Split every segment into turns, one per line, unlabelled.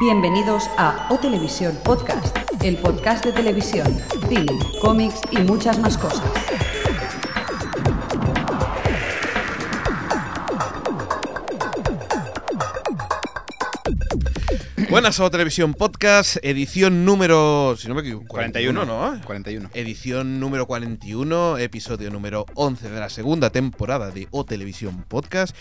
Bienvenidos a O Televisión Podcast, el podcast de televisión, cine, cómics y muchas más cosas.
Buenas a Televisión Podcast, edición número. Si no me equivoco,
41,
¿no?
41.
Edición número 41, episodio número 11 de la segunda temporada de O Televisión Podcast.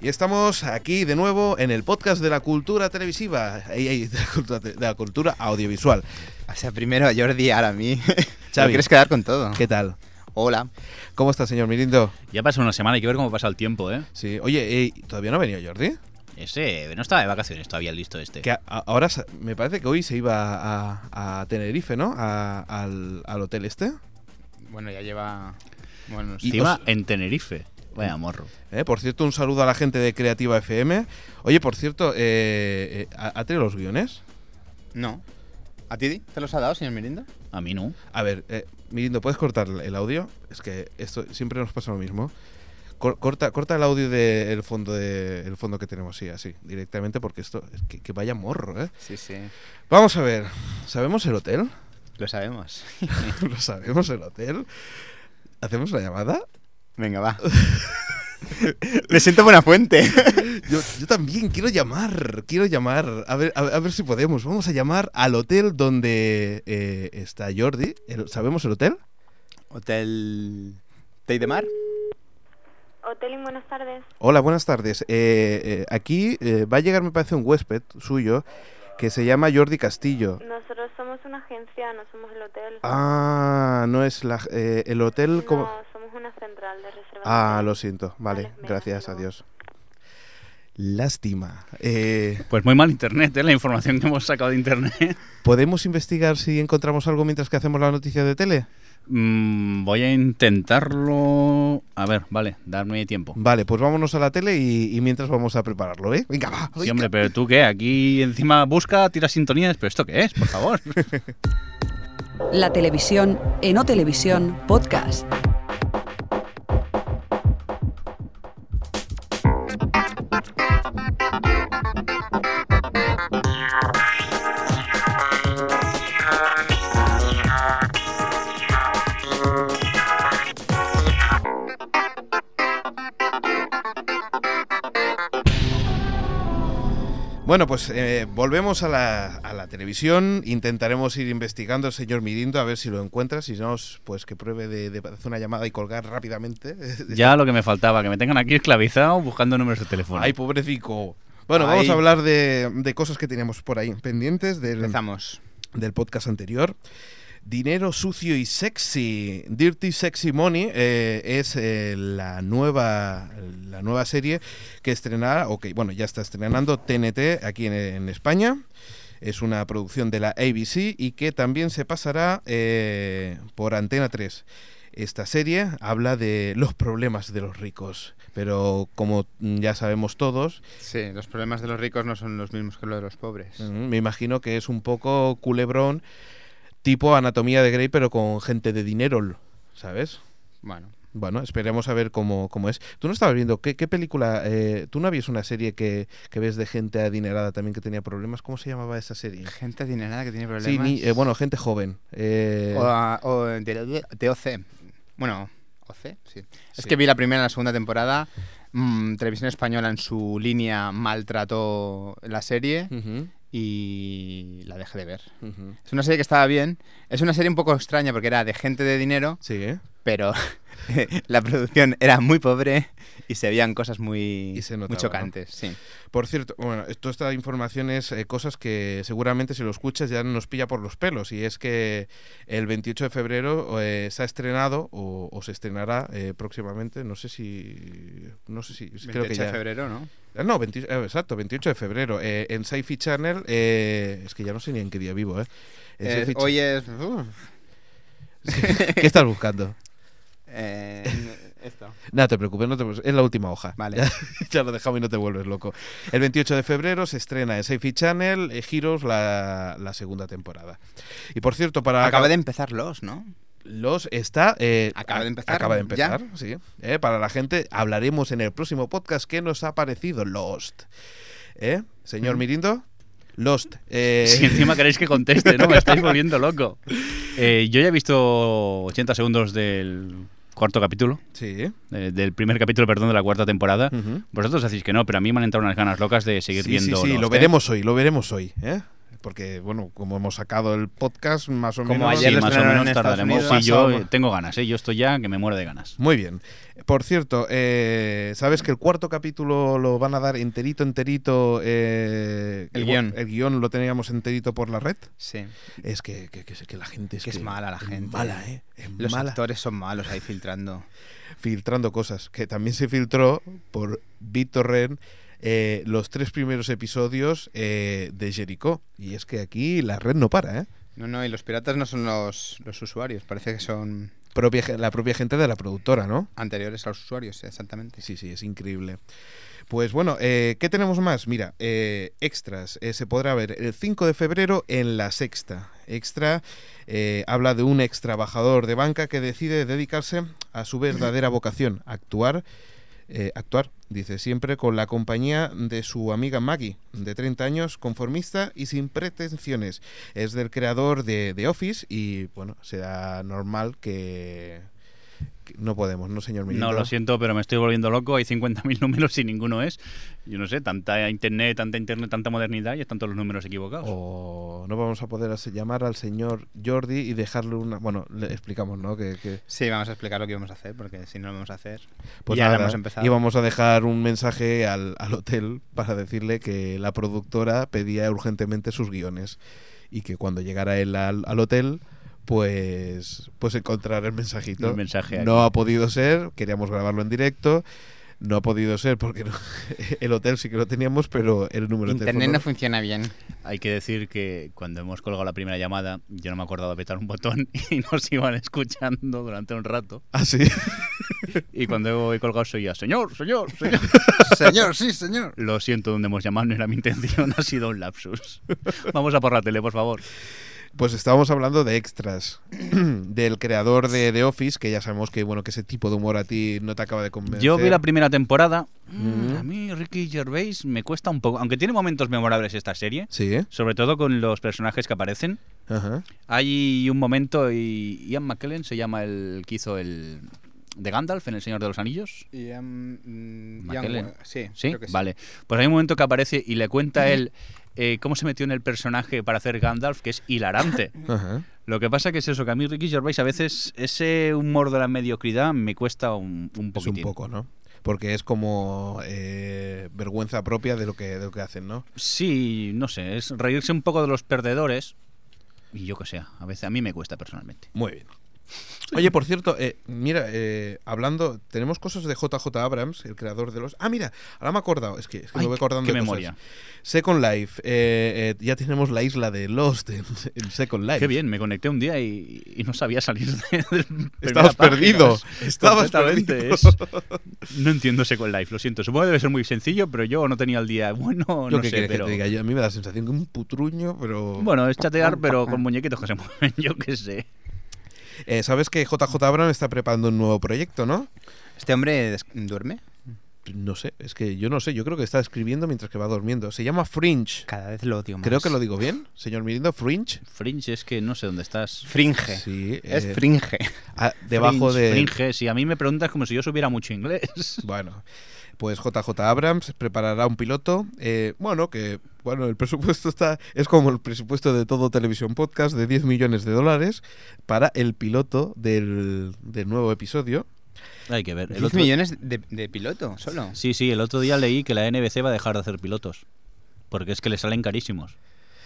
Y estamos aquí de nuevo en el podcast de la cultura televisiva, ey, ey, de, la cultura, te- de la cultura audiovisual.
O sea, primero a Jordi, ahora a mí. Te
Xavi.
quieres quedar con todo.
¿Qué tal?
Hola.
¿Cómo está, señor Mirindo?
Ya pasó una semana, hay que ver cómo pasa el tiempo, ¿eh?
Sí, oye, ey, ¿todavía no ha venido Jordi?
Ese eh, no estaba de vacaciones todavía el listo este.
Que a- a- ahora sa- me parece que hoy se iba a, a- a Tenerife, ¿no? A- al, al hotel este.
Bueno, ya lleva. Bueno, no sé.
Encima
os-
en Tenerife. Vaya morro.
Eh, Por cierto, un saludo a la gente de Creativa FM. Oye, por cierto, eh, eh, ¿ha ha traído los guiones?
No. ¿A ti te los ha dado, señor Mirindo?
A mí no.
A ver, eh, Mirindo, ¿puedes cortar el audio? Es que esto siempre nos pasa lo mismo. Cor- corta, corta el audio del fondo de, el fondo que tenemos, sí, así, directamente, porque esto, es que, que vaya morro, ¿eh?
Sí, sí.
Vamos a ver, ¿sabemos el hotel?
Lo sabemos.
¿Lo sabemos el hotel? ¿Hacemos la llamada?
Venga, va. Me siento buena fuente.
Yo, yo también quiero llamar, quiero llamar, a ver, a, ver- a ver si podemos. Vamos a llamar al hotel donde eh, está Jordi. El- ¿Sabemos el hotel?
Hotel. Tei de Mar.
Hotel y buenas tardes.
Hola, buenas tardes. Eh, eh, aquí eh, va a llegar, me parece, un huésped suyo que se llama Jordi Castillo.
Nosotros somos una agencia, no somos el hotel.
Ah, no es la, eh, el hotel como...
No, somos una central de reservación.
Ah, lo siento. Vale,
Vale, venga,
gracias,
hasta luego.
adiós. Lástima. Eh,
Pues muy mal internet, ¿eh? La información que hemos sacado de internet.
¿Podemos investigar si encontramos algo mientras que hacemos la noticia de tele?
Mm, voy a intentarlo. A ver, vale, darme tiempo.
Vale, pues vámonos a la tele y, y mientras vamos a prepararlo, ¿eh? Venga, va.
Sí, hombre, pero tú qué, aquí encima busca, tira sintonías, pero ¿esto qué es? Por favor.
La televisión en O Televisión Podcast.
Bueno, pues eh, volvemos a la, a la televisión. Intentaremos ir investigando al señor Mirindo a ver si lo encuentra. Si no, pues que pruebe de, de hacer una llamada y colgar rápidamente.
ya lo que me faltaba, que me tengan aquí esclavizado buscando números de teléfono.
Ay, pobrecico. Bueno,
Ay.
vamos a hablar de, de cosas que teníamos por ahí pendientes del,
Empezamos.
del podcast anterior. Dinero sucio y sexy. Dirty Sexy Money eh, es eh, la, nueva, la nueva serie que estrenará, o que bueno, ya está estrenando TNT aquí en, en España. Es una producción de la ABC y que también se pasará eh, por Antena 3. Esta serie habla de los problemas de los ricos, pero como ya sabemos todos,
Sí, los problemas de los ricos no son los mismos que los de los pobres.
Mm, Me imagino que es un poco culebrón, tipo anatomía de Grey, pero con gente de dinero, ¿sabes?
Bueno.
Bueno, esperemos a ver cómo, cómo es. Tú no estabas viendo, ¿qué, qué película? eh, ¿Tú no habías una serie que, que ves de gente adinerada también que tenía problemas? ¿Cómo se llamaba esa serie?
Gente adinerada que tiene problemas.
Sí, ni- eh, bueno, gente joven. eh,
O, a- o de, de OC. Bueno, OC, sí. Es
Sí.
que vi la primera y la segunda temporada. mm, Televisión Española en su línea maltrató la serie
ujú,
y la dejé de ver.
ujú.
Es una serie que estaba bien. Es una serie un poco extraña porque era de gente de dinero,
Sí, ¿eh?
pero la producción era muy pobre y se veían cosas muy,
Y se
muy
notaba, ¿no?
chocantes. Sí.
Por cierto, bueno, toda esta información es eh, cosas que seguramente si lo escuchas ya nos pilla por los pelos. Y es que el 28 de febrero eh, se ha estrenado o, o se estrenará eh, próximamente. No sé si. No sé si. creo que
28 de
ya.
febrero, ¿no?
Ah, No, 20 eh, exacto, 28 de febrero. eh, en Sci-Fi Channel. eh, es que ya no sé ni en qué día vivo, ¿eh? En
Eh,
Sci-Fi Cha-
hoy es... uf,
¿Qué estás buscando?
eh, esto.
No te preocupes, no te preocupes. Es la última hoja.
Vale.
Ya, ya lo dejamos y no te vuelves loco. El 28 de febrero se estrena en Sci-Fi Channel eh, Heroes la, la segunda temporada. Y por cierto, para.
Acaba de empezar Los, ¿no?
Los está. eh,
Acaba de
a-
empezar,
Acaba de
¿ya?
empezar, sí. Eh, para la gente, hablaremos en el próximo podcast qué nos ha parecido Lost. ¿Eh? Señor
Ujú.
Mirindo, Lost. eh,
Si encima queréis que conteste, ¿no? Me estáis volviendo loco. Eh, yo ya he visto 80 segundos del cuarto capítulo,
sí.
eh, del primer capítulo, perdón, de la cuarta temporada.
Ujú.
Vosotros decís que no, pero a mí me han entrado unas ganas locas de seguir
Mm. Sí,
viendo.
Sí, sí,
Lost,
lo
¿eh?
veremos hoy, lo veremos hoy, ¿eh? Porque, bueno, como hemos sacado el podcast, más o
Como
menos...
ayer
Sí,
lo
más o
estrenaron
menos
en Estados
tardaremos.
Unidos.
Sí, yo
Pasado.
eh, tengo ganas, ¿eh? Yo estoy ya que me muero de ganas.
Muy bien. Por cierto, eh, ¿sabes que el cuarto capítulo lo van a dar enterito, enterito? eh,
El
gu-
guión.
El guión lo teníamos enterito por la red.
Sí.
Es que, que, que es- que la gente es
Que es mala la gente.
Mala, ¿eh? Es
Los
mala.
actores son malos ahí filtrando.
Filtrando cosas. Que también se filtró por Víctor Ren eh, los tres primeros episodios eh, de Jericho. Y es que aquí la red no para, ¿eh?
No, no, y los piratas no son los, los usuarios, parece que son
Propia ge- la propia gente de la productora, ¿no?
anteriores a los usuarios, exactamente.
Sí, sí, es increíble. Pues bueno, eh, ¿qué tenemos más? Mira, eh, extras. eh, se podrá ver el 5 de febrero en La Sexta. Extra eh, habla de un ex trabajador de banca que decide dedicarse a su verdadera vocación, actuar. eh, actuar, dice siempre, con la compañía de su amiga Maggie, de 30 años, conformista y sin pretensiones. Es del creador de The Office y, bueno, será normal que... que- No podemos, ¿no, señor
No,
Miguel?
lo siento, pero me estoy volviendo loco. Hay 50.000 números y ninguno es. Yo no sé, tanta internet, tanta internet, tanta modernidad y están todos los números equivocados.
Oh. O no vamos a poder ase- llamar al señor Jordi y dejarle una. Bueno, le explicamos, ¿no? Que, que-
Sí, vamos a explicar lo que íbamos a hacer, porque si no lo vamos a hacer.
pues
ya
nada,
hemos empezado.
íbamos a dejar un mensaje al, al hotel para decirle que la productora pedía urgentemente sus guiones y que cuando llegara él al, al hotel, pues, pues encontrar el mensajito.
El mensaje
no ha podido ser, queríamos grabarlo en directo. No ha podido ser porque no- el hotel sí que lo teníamos, pero el número de
Internet
teléfono-
no funciona bien.
Hay que decir que cuando hemos colgado la primera llamada, yo no me he acordado de apretar un botón y nos iban escuchando durante un rato.
Ah, sí.
Y cuando he colgado soy ya, señor, señor, señor.
señor, sí, señor.
Lo siento, donde hemos llamado no era mi intención, ha sido un lapsus. Vamos a por la tele, por favor.
Pues estábamos hablando de extras del creador de The Office, que ya sabemos que bueno que ese tipo de humor a ti no te acaba de convencer.
Yo vi la primera temporada. Mm,
Ujú.
A mí Ricky Gervais me cuesta un poco, aunque tiene momentos memorables esta serie,
Sí, ¿eh?
sobre todo con los personajes que aparecen.
Ajá.
Hay un momento y Ian McKellen se llama el que hizo el de Gandalf en El Señor de los Anillos.
Y, um, mm,
McKellen.
Young- sí,
Sí,
creo que sí.
vale. Pues hay un momento que aparece y le cuenta él eh, cómo se metió en el personaje para hacer Gandalf, que es hilarante.
Ajá.
Lo que pasa que es eso, que a mí Ricky Gervais a veces ese humor de la mediocridad me cuesta un, un
Es un
poquitín.
poco, ¿no? Porque es como eh, vergüenza propia de lo que de lo que hacen, ¿no?
Sí, no sé, es reírse un poco de los perdedores. Y yo que sé, a veces a mí me cuesta personalmente.
Muy bien. Oye, por cierto, eh, mira, eh, hablando, tenemos cosas de JJ Abrams, el creador de los. Ah, mira, ahora me he acordado, es que, es que me
Ay,
voy acordando
qué
de cosas.
memoria.
Second Life, eh, eh, ya tenemos la isla de Lost en, en Second Life.
Qué bien, me conecté un día y, y no sabía salir de, del
Estabas
primera página.
perdido. Estabas
Completamente,
perdido.
es- no entiendo Second Life, lo siento. Supongo que debe ser muy sencillo, pero yo no tenía el día bueno,
Yo
no
qué
sé,
quieres
pero...
que te diga, yo a mí me da la sensación que un putruño, pero...
Bueno, es chatear, pero con muñequitos que se mueven, yo qué sé.
Eh, Sabes que JJ Abrams está preparando un nuevo proyecto, ¿no?
¿Este hombre des- duerme?
No sé, es que yo no sé, yo creo que está escribiendo mientras que va durmiendo. Se llama Fringe.
Cada vez lo odio más.
Creo que lo digo bien, señor Mirindo, Fringe.
Fringe es que no sé dónde estás.
Fringe.
Sí, eh,
Es fringe.
ah, debajo de...
Fringe, si a mí me preguntas como si yo supiera mucho inglés.
Bueno, pues JJ Abrams preparará un piloto. eh, bueno, que bueno, el presupuesto está es como el presupuesto de todo televisión podcast de 10 millones de dólares para el piloto del, del nuevo episodio.
Hay que ver. el
10
otro-
millones de, de piloto solo.
Sí, sí, el otro día leí que la NBC va a dejar de hacer pilotos. Porque es que le salen carísimos.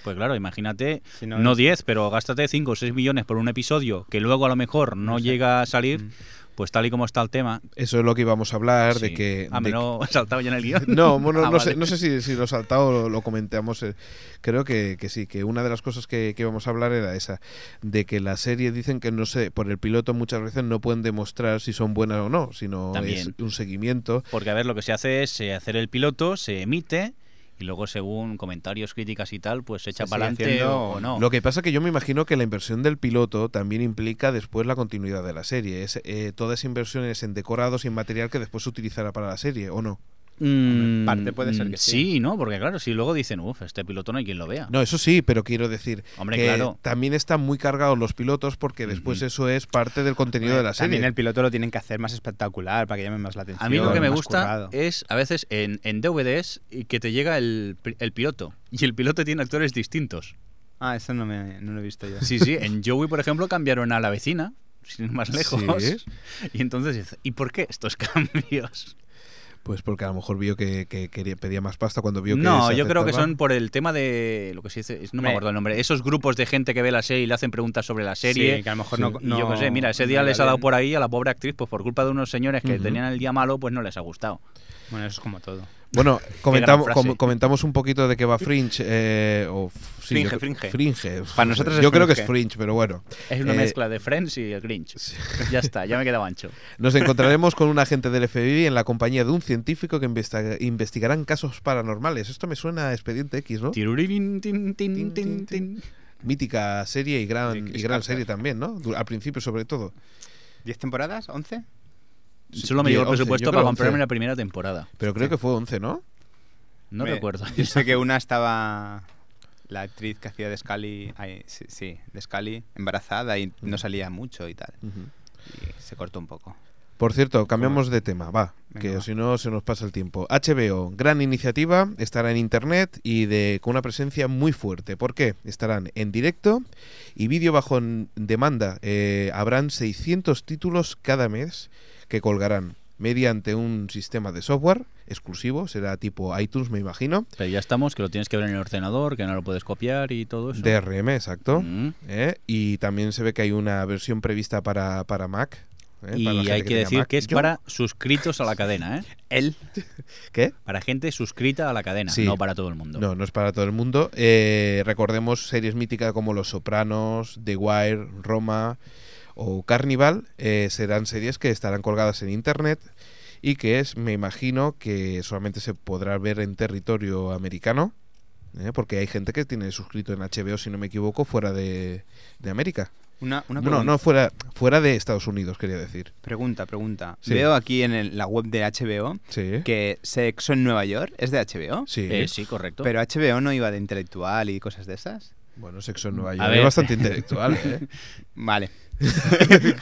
Pues claro, imagínate,
Si no-
no 10, pero gástate 5 o 6 millones por un episodio que luego a lo mejor no,
No sé.
llega a salir.
Mm.
Pues tal y como está el tema.
Eso es lo que íbamos a hablar de
sí.
que
Ah, me
de
lo he saltado ya en el guión.
No, bueno,
Ah,
no,
vale.
sé, no sé si, si lo saltado o lo comentamos. eh, Creo que, que sí, que una de las cosas que, que íbamos a hablar era esa, de que la serie dicen que no sé, por el piloto muchas veces no pueden demostrar si son buenas o no, sino
También.
es un seguimiento.
Porque a ver, lo que se hace es eh, hacer el piloto, se emite y luego según comentarios, críticas y tal, pues se echa
Se
para
sigue
adelante
haciendo-
o, o no.
Lo que pasa que yo me imagino que la inversión del piloto también implica después la continuidad de la serie. Es, eh, toda esa inversión es en decorados y en material que después se utilizará para la serie, ¿o no?
mm,
parte puede ser que sí.
Sí, ¿no? Porque claro, si luego dicen, uff, este piloto no hay quien lo vea.
No, eso sí, pero quiero decir
Hombre,
que
claro.
también están muy cargados los pilotos porque después eso es parte del contenido de la serie.
También el piloto lo tienen que hacer más espectacular para que llame más la atención.
A mí lo que me
más
gusta
currado.
es a veces en, en DVDs y que te llega el, pi- el piloto y el piloto tiene actores distintos.
Ah, eso no, me, no lo he visto yo.
Sí, sí, en Joey, por ejemplo, cambiaron a la vecina, sin ir más lejos.
Sí.
Y entonces, dices, ¿y por qué estos cambios?
Pues porque a lo mejor vio que, que quería, pedía más pasta cuando vio que.
no,
se
yo creo que
aceptaba.
son por el tema de lo que se dice, es- no me
Me-
acuerdo el nombre, esos grupos de gente que ve la serie y le hacen preguntas sobre la serie.
Sí, que a lo mejor
Sí.
no,
y yo qué sé, mira, ese día les ha dado por ahí a la pobre actriz, pues por culpa de unos señores que
Ujú.
tenían el día malo, pues no les ha gustado.
Bueno, eso es como todo.
Bueno, comentamos,
frase.
com- comentamos un poquito de qué va Fringe. eh, o f- sí,
Fringe,
yo-
Fringe.
Fringe.
Para nosotros es
Yo creo que es
Fringe.
Fringe, pero bueno.
Es una
Eh,
mezcla de Friends y el Grinch. Ya está, ya me quedaba ancho.
Nos encontraremos con un agente del FBI en la compañía de un científico que investa- investigarán casos paranormales. Esto me suena a Expediente X, ¿no?
Tiruririn, tin, tin,
Tin, tin,
tin,
tin.
tin.
Mítica serie y gran,
De
y
Chris
gran
Carter.
serie también, ¿no? Du- Al principio, sobre todo.
¿Diez temporadas? ¿Once?
Solo me llegó el
once, yo
presupuesto
creo
para comprarme
once.
la primera temporada.
Pero creo que fue 11, ¿no?
No
Me-
recuerdo.
Yo sé que una estaba la actriz que hacía de Scully, ay, sí, sí, de Scully, embarazada y
Mm.
no salía mucho y tal.
Ujú.
Y se cortó un poco.
Por cierto, cambiamos de tema, va,
Venga,
que
va.
si no se nos pasa el tiempo. HBO, gran iniciativa, estará en internet y de, con una presencia muy fuerte. ¿Por qué? Estarán en directo y vídeo bajo en- demanda. Eh, habrán 600 títulos cada mes que colgarán mediante un sistema de software exclusivo, será tipo iTunes, me imagino,
Pero ya estamos, que lo tienes que ver en el ordenador, que no lo puedes copiar y todo eso.
DRM, exacto.
Mm.
¿eh? Y también se ve que hay una versión prevista para, para Mac. ¿eh? Para la
Y
gente
hay que
tenga
decir
Mac.
que es
Yo-
para suscritos a la cadena, ¿eh?
Él.
¿Qué?
Para gente suscrita a la cadena,
Sí.
no para todo el mundo.
No, no es para todo el mundo. Eh, recordemos series míticas como Los Sopranos, The Wire, Roma o Carnival. eh, serán series que estarán colgadas en internet y que es, me imagino, que solamente se podrá ver en territorio americano. ¿eh? Porque hay gente que tiene suscrito en HBO, si no me equivoco, fuera de, de América.
Una, una
No,
pregunta.
no, fuera, fuera de Estados Unidos, quería decir.
Pregunta, pregunta.
Sí.
Veo aquí en el- la web de HBO
Sí.
que Sexo en Nueva York es de HBO.
Sí.
Eh, sí, correcto.
Pero HBO no iba de intelectual y cosas de esas.
Bueno, sexo en Nueva
A
York.
ver.
Es bastante intelectual. ¿eh?
Vale.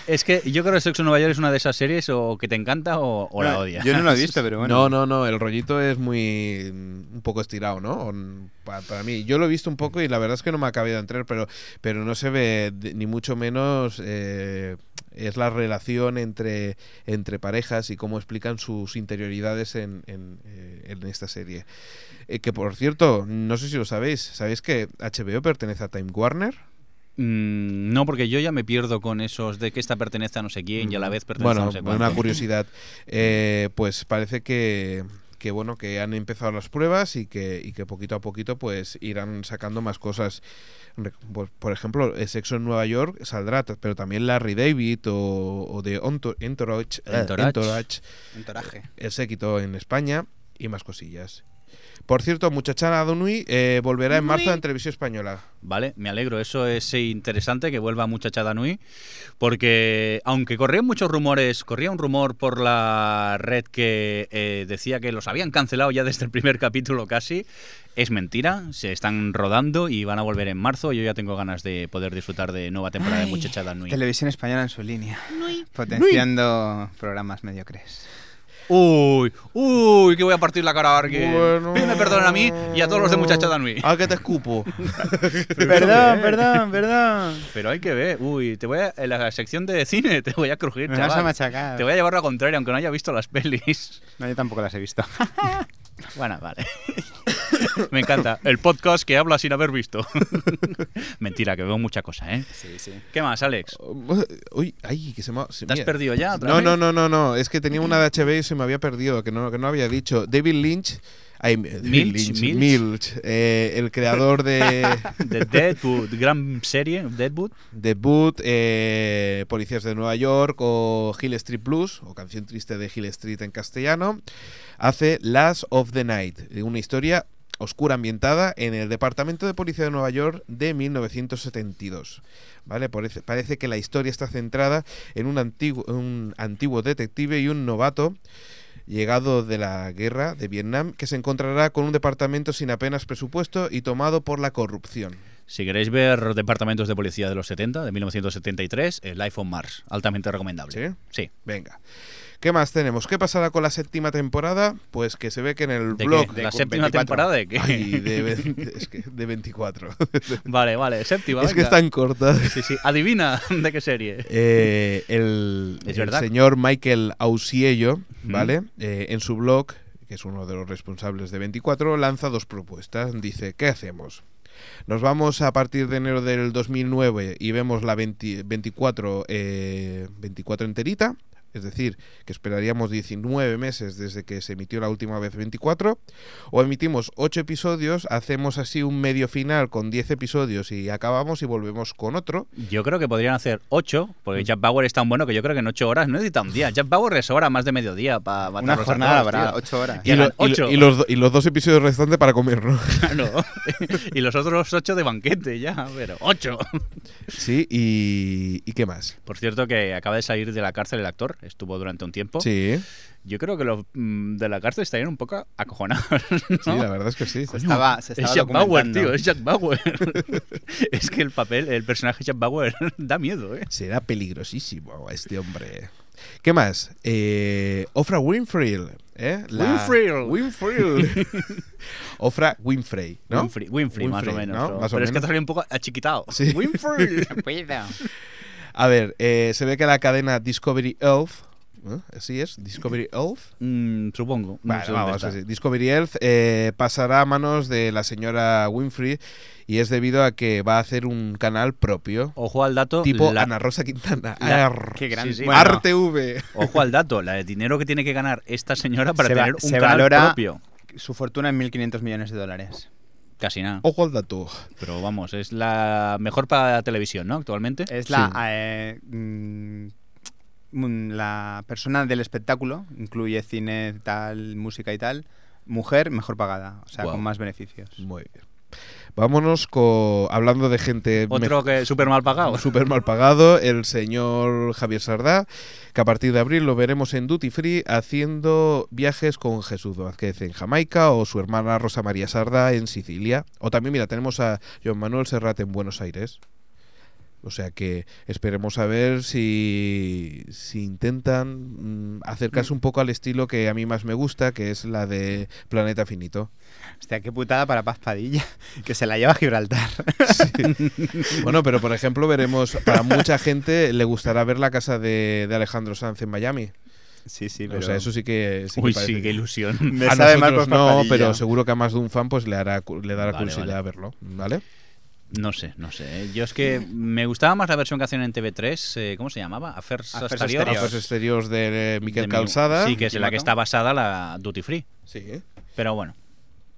Es que yo creo que Sexo en Nueva York es una de esas series o que te encanta o, o la
No,
odias.
Yo no lo he visto, pero bueno.
No, no, no, el rollito es muy. mm, un poco estirado, ¿no? O n- pa- para mí. Yo lo he visto un poco y la verdad es que no me ha cabido entrar, pero, pero no se ve de- ni mucho menos. eh, es la relación entre, entre parejas y cómo explican sus interioridades en, en, eh, en esta serie. Eh, que por cierto, no sé si lo sabéis, ¿sabéis que HBO pertenece a Time Warner?
Mm, no, porque yo ya me pierdo con esos de que esta pertenece a no sé quién y a la vez pertenece a
Bueno,
no sé cuánto.
una curiosidad. Eh, pues parece que, que, bueno, que han empezado las pruebas y que, y que poquito a poquito pues irán sacando más cosas. Re- pues, por ejemplo, eh, Sexo en Nueva York saldrá, t- pero también Larry David o, o de Onto- Entourage, eh,
Entourage.
Entourage,
Entoraje.
el séquito en España y más cosillas. Por cierto, muchachana Dunui eh, volverá en marzo en televisión española.
Vale, me alegro. Eso es eh, interesante que vuelva muchachada Nui, porque aunque corrían muchos rumores, corría un rumor por la red que eh, decía que los habían cancelado ya desde el primer capítulo casi, es mentira. Se están rodando y van a volver en marzo. Yo ya tengo ganas de poder disfrutar de nueva temporada de
Ay,
muchachada Nui.
Televisión española en su línea. Potenciando programas mediocres.
Uy, uy, que voy a partir la cara a alguien.
Bueno.
Me perdonan a mí y a todos los de muchachada Nui.
Ah, que te escupo.
perdón, perdón, perdón.
Pero hay que ver, uy, te voy a, en la sección de cine te voy a crujir,
Me vas a
chaval.
machacar.
Te voy a llevar la contraria, aunque no haya visto las pelis.
No, yo tampoco las he visto.
Bueno, vale. Me encanta. El podcast que habla sin haber visto. Mentira, que veo mucha cosa, ¿eh?
sí, sí.
¿Qué más, Alex?
Oh, Uy, ay, que se me ha- se-
¿Te has
mira.
perdido ya? otra
No,
vez?
no, no, no, no. Es que tenía una de HBO y se me había perdido, que no, que no había dicho. David Lynch. ay, David
Milch,
Lynch,
Milch.
Milch, eh, el creador de,
De Deadwood, gran serie, Deadwood.
de Boot, eh, Policías de Nueva York o Hill Street Blues, o Canción Triste de Hill Street en castellano, hace Last of the Night, eh, una historia oscura ambientada en el Departamento de Policía de Nueva York de 1972. ¿Vale? Parece, parece que la historia está centrada en un antiguo, un antiguo detective y un novato llegado de la guerra de Vietnam, que se encontrará con un departamento sin apenas presupuesto y tomado por la corrupción.
Si queréis ver departamentos de policía de los 70, de 1973, el iPhone eh, Mars, altamente recomendable.
¿Sí?
Sí.
Venga. ¿Qué más tenemos? ¿Qué pasará con la séptima temporada? Pues que se ve que en el
¿De
blog
qué?
de,
¿La
cu-
séptima
24.
temporada de qué?
Ay, de ve- es que de 24.
Vale, vale, séptima.
es que
venga.
es tan corta.
Sí, sí. Adivina de qué serie.
Eh, el,
Es
el
verdad.
señor Michael Ausiello, ¿vale? Eh, en su blog, que es uno de los responsables de 24, lanza dos propuestas. Dice, ¿qué hacemos? Nos vamos a partir de enero del 2009 y vemos la 20 24, eh, 24 enterita, es decir, que esperaríamos 19 meses desde que se emitió la última vez 24, o emitimos 8 episodios, hacemos así un medio final con 10 episodios y acabamos y volvemos con otro,
Yo creo que podrían hacer ocho, porque Jack Bauer es tan bueno que yo creo que en ocho horas no necesita un día. Jack Bauer es hora más de mediodía para
Una jornada habrá, ocho horas.
Y- Llegan
lo-
ocho.
y los, do- y los dos episodios restantes para comer, ¿no?
y los otros ocho de banquete ya, pero ocho.
Sí, y, ¿y qué más?
Por cierto, que acaba de salir de la cárcel el actor, estuvo durante un tiempo.
Sí,
Yo creo que los mm, de la cárcel estarían un poco acojonados.
sí,
¿no?
la verdad es que sí.
Se estaba, se
Es
estaba
Jack Bauer,
documentando.
tío, es Jack Bauer. es que el papel, el personaje Jack Bauer da miedo, ¿eh?
Será peligrosísimo este hombre. ¿Qué más? Eh, Ofra Winfrey. ¿eh?
Winfrey.
Winfrey. Ofra Winfrey, ¿no?
Winfrey, Winfrey, más o
Winfrey,
menos.
¿no?
pero-
Más o
pero es que
menos.
te salió un poco achiquitado.
Sí.
Winfrey.
Cuidado.
A ver, eh, se ve que la cadena Discovery Elf. ¿no? Así es, Discovery Elf.
Mm, supongo. no
Bueno,
sé dónde
vamos,
está.
sí, sí. Discovery Earth eh, pasará a manos de la señora Winfrey y es debido a que va a hacer un canal propio,
Ojo al dato.
tipo
Oh, la-
Ana Rosa Quintana.
la-
Arr.
Qué grande.
Sí, sí.
Bueno,
Arte V.
Ojo al dato, la de dinero que tiene que ganar esta señora para
Se va-
tener un
se
canal
valora-
propio.
su fortuna es 1.500 millones de dólares.
Casi nada.
Ojo al dato.
Pero vamos, es la mejor para la televisión, ¿no? Actualmente.
Es la,
Sí.
eh, mm, mm, la persona del espectáculo, incluye cine, tal, música y tal, mujer mejor pagada, o sea,
Guau.
con más beneficios.
Muy bien. Vámonos con, hablando de gente
Otro que súper mal pagado.
súper mal pagado, el señor Javier Sardá, que a partir de abril lo veremos en Duty Free haciendo viajes con Jesús Vázquez en Jamaica o su hermana Rosa María Sardá en Sicilia. O también, mira, tenemos a John Manuel Serrat en Buenos Aires. O sea que esperemos a ver si, si intentan mm, acercarse un poco al estilo que a mí más me gusta, que es la de Planeta Finito.
Hostia, qué putada para Paz Padilla, que se la lleva a Gibraltar.
Bueno, pero por ejemplo veremos, para mucha gente le gustará ver la casa de- de Alejandro Sanz en Miami.
sí, sí, pero...
O sea, eso sí que. Sí que
Uy,
parece
sí,
que-
qué ilusión.
Me
a
sabe mal
nosotros
por
no,
Paz Padilla.
pero seguro que a más de un fan pues le hará cu- le dará
Vale,
curiosidad
vale.
a verlo, ¿vale?
No sé, no sé. ¿eh? Yo es que me gustaba más la versión que hacían en TV3. eh, ¿Cómo se llamaba? Affairs,
Affairs
Exterior.
Exterior.
Los exteriores de eh, Miquel
De mi-
Calzada.
Sí, que es en la que
Yamato.
está basada la Duty Free.
Sí.
Pero bueno,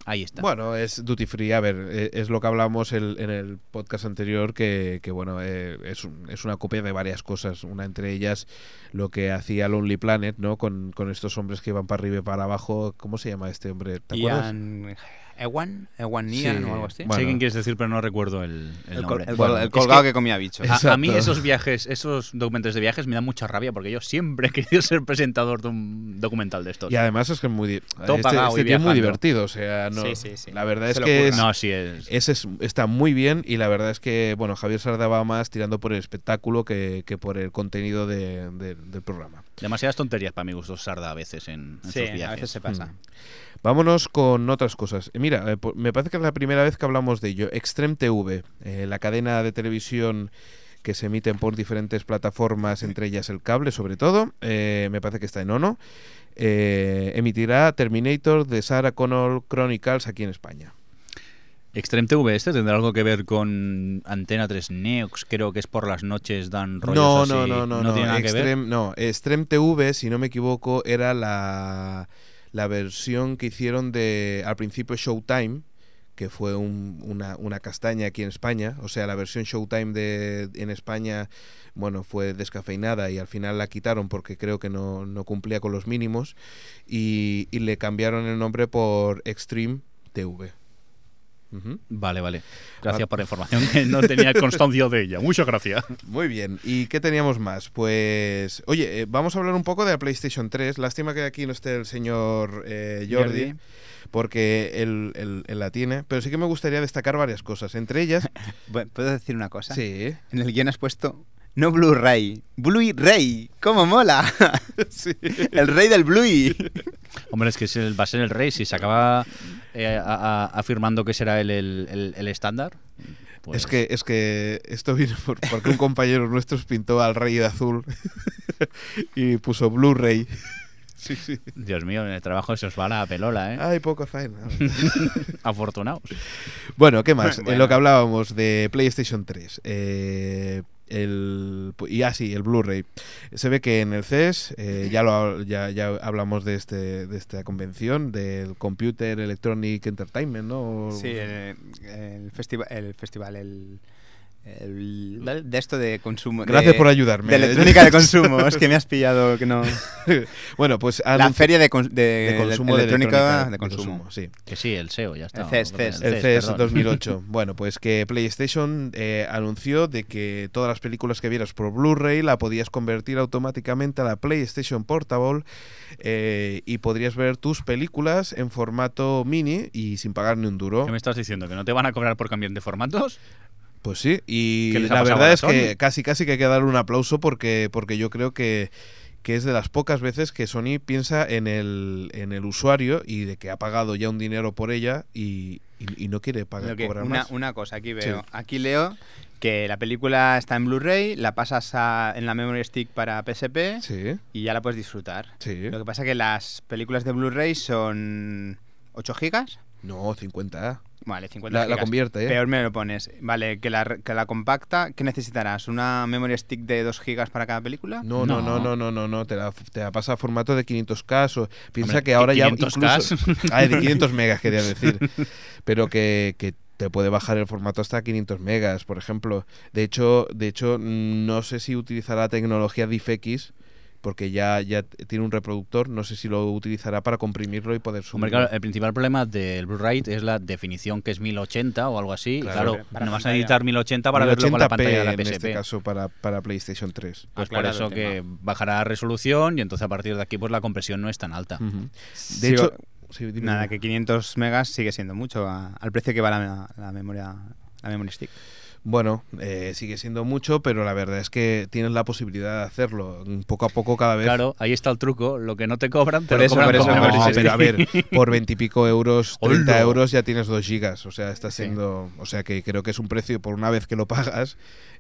ahí está.
Bueno, es duty free. A ver, eh, es lo que hablamos el- en el podcast anterior, que, que, bueno, eh, es, un- es una copia de varias cosas. Una entre ellas, lo que hacía Lonely Planet, ¿no? Con, con estos hombres que van para arriba y para abajo. ¿Cómo se llama este hombre? ¿Te acuerdas?
Ian Ewan, Ewan Ian
Sí.
o algo así.
Bueno.
Sé quién quieres decir, pero no recuerdo el, el
El, col-
nombre.
el col-
Bueno,
el
es
colgado
que-
que, ah, comía bichos.
A- A, mí
Exacto.
esos viajes, esos documentos de viajes me dan mucha rabia porque yo siempre he querido ser presentador de un documental de estos.
Y además es que es muy. di-
Todo
este
pagado y
este tío es muy
viajando.
divertido. O sea, no,
Sí, sí, sí.
la verdad
Se
es
lo
que
curra.
es-
No, sí es.
ese es- está muy bien y la verdad es que bueno Javier Sarda va más tirando por el espectáculo que, que por el contenido de- de- del programa.
Demasiadas tonterías para mi gusto sarda a veces en, en
sí,
sus viajes.
a veces se pasa.
Mm. Vámonos con otras cosas. Eh, Mira, eh, po- me parece que es la primera vez que hablamos de ello. Extreme TV, eh, la cadena de televisión que se emiten por diferentes plataformas, entre ellas el cable sobre todo, eh, me parece que está en ONO, eh, emitirá Terminator de Sarah Connor Chronicles aquí en España.
Extreme TV este tendrá algo que ver con Antena 3 Neox, creo que es por las noches dan rollos
No,
así.
no, no, no, no.
tiene nada que ver.
Extreme, no, Extreme TV, si no me equivoco, era la, la versión que hicieron de al principio Showtime, que fue un- una, una castaña aquí en España. O sea, la versión Showtime de, en España, bueno, fue descafeinada y al final la quitaron porque creo que no, no cumplía con los mínimos. Y, y le cambiaron el nombre por Extreme TV. Ujú.
Vale, vale. Gracias por la información que no tenía constancia de ella. Muchas gracias.
Muy bien, ¿y qué teníamos más? Pues, oye, eh, vamos a hablar un poco de la PlayStation 3. Lástima que aquí no esté el señor eh, Jordi,
Jordi.
porque él, él- él la tiene. Pero sí que me gustaría destacar varias cosas. Entre ellas,
Bueno, ¿Puedo decir una cosa?
sí,
En el guión has puesto no Blu-ray, Blu-ray. ¿Cómo mola?
sí,
el rey del Blu-ray.
Hombre, es que es el- va a ser el rey. Si se acaba eh, a- a- afirmando que será el, el- el- el estándar. pues-
Es, que, es que esto vino por- porque un compañero nuestro pintó al rey de azul y puso Blu-ray. Sí, sí.
Dios mío, en el trabajo se os va la pelola, ¿eh?
Ay, poca faena.
Afortunados.
Bueno, ¿qué más?
Bueno.
En lo que hablábamos de PlayStation 3. eh, el, y así, el Blu-ray. Se ve que en el CES, eh, ya, lo, ya, ya hablamos de, este, de esta convención, del Computer Electronic Entertainment, ¿no?
Sí, eh, el, el festival, el festival, el, el- de esto de consumo. de-
Gracias por ayudarme.
eh, De electrónica de consumo, es que me has pillado que no.
Bueno, pues
La
anunci-
feria de, cons- de-
de consumo de
electrónica, de
de
consumo.
sí.
Que sí, el SEO, ya está. E
El E CES, CES.
El CES
perdón.
2008. Bueno, pues que PlayStation eh, anunció de que todas las películas que vieras por Blu-ray la podías convertir automáticamente a la PlayStation Portable eh, y podrías ver tus películas en formato mini y sin pagar ni un duro.
¿Qué me estás diciendo? ¿Que no te van a cobrar por cambiar de formatos?
Pues sí, y
¿Qué les ha
la
pasado
verdad
a
es que
Sony?
casi casi que hay que dar un aplauso porque, porque yo creo que, que es de las pocas veces que Sony piensa en el, en el usuario y de que ha pagado ya un dinero por ella y, y- y no quiere pagar,
Lo que-
cobrar
una,
más.
una cosa, aquí
Sí.
veo, aquí leo que la película está en Blu-ray, la pasas a- en la memory stick para PSP
Sí,
y ya la puedes disfrutar.
sí.
Lo que pasa que las películas de Blu-ray son 8 gigas.
No, 50.
Vale,
Pues
50
La, la
gigas.
convierte, ¿eh?
Peor me lo pones. Vale, que la, que la compacta, ¿qué necesitarás? ¿Una memory stick de 2 gigas para cada película?
No, no, no, no,
No.
no, no, no, te la, te la pasa a formato de 500K. o- piensa
Hombre,
que ahora ya
500K.
incluso- Ay, de 500 megas quería decir. Pero que, que te puede bajar el formato hasta 500 megas, por ejemplo. De hecho, de hecho no sé si utilizará tecnología DiffX porque ya, ya tiene un reproductor, no sé si lo utilizará para comprimirlo y poder subir.
Hombre, claro, el principal problema del Blu-ray es la definición que es 1080 o algo así.
Claro.
Claro,
Para
no vas a
pantalla.
necesitar 1080 para verlo con la pantalla de la
en
PSP.
este caso para, para PlayStation 3.
Pues
Aclarado
por
el
eso que bajará resolución y entonces a partir de aquí pues la compresión no es tan alta.
Mm,
Ujú. De
Sí,
hecho,
o-
sí, dime,
Nada,
dime.
que 500 megas sigue siendo mucho a- al precio que va la, la memoria la memory stick.
Bueno, eh, sigue siendo mucho, pero la verdad es que tienes la posibilidad de hacerlo mm, poco a poco cada vez.
Claro, ahí está el truco. Lo que no te cobran, te
pues- Por
lo
eso,
cobran
por eso
como
me
No,
memoria.
parece-
pero a ver, por veintipico euros, 30
¡Hola!
euros ya tienes 2 gigas. O sea, está
Sí.
siendo. O sea, que creo que es un precio, por una vez que lo pagas,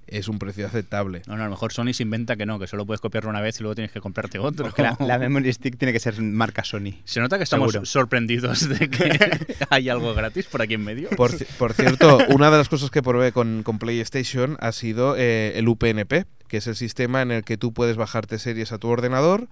es un precio aceptable.
No, no, a lo mejor Sony se inventa que no, que solo puedes copiarlo una vez y luego tienes que comprarte otro.
Porque Pues la, la memory stick tiene que ser marca Sony.
Se nota que estamos
Seguro.
sorprendidos de que hay algo gratis por aquí en medio.
Por, ci- por cierto, una de las cosas que probé con, con PlayStation ha sido eh, el UPnP, que es el sistema en el que tú puedes bajarte series a tu ordenador,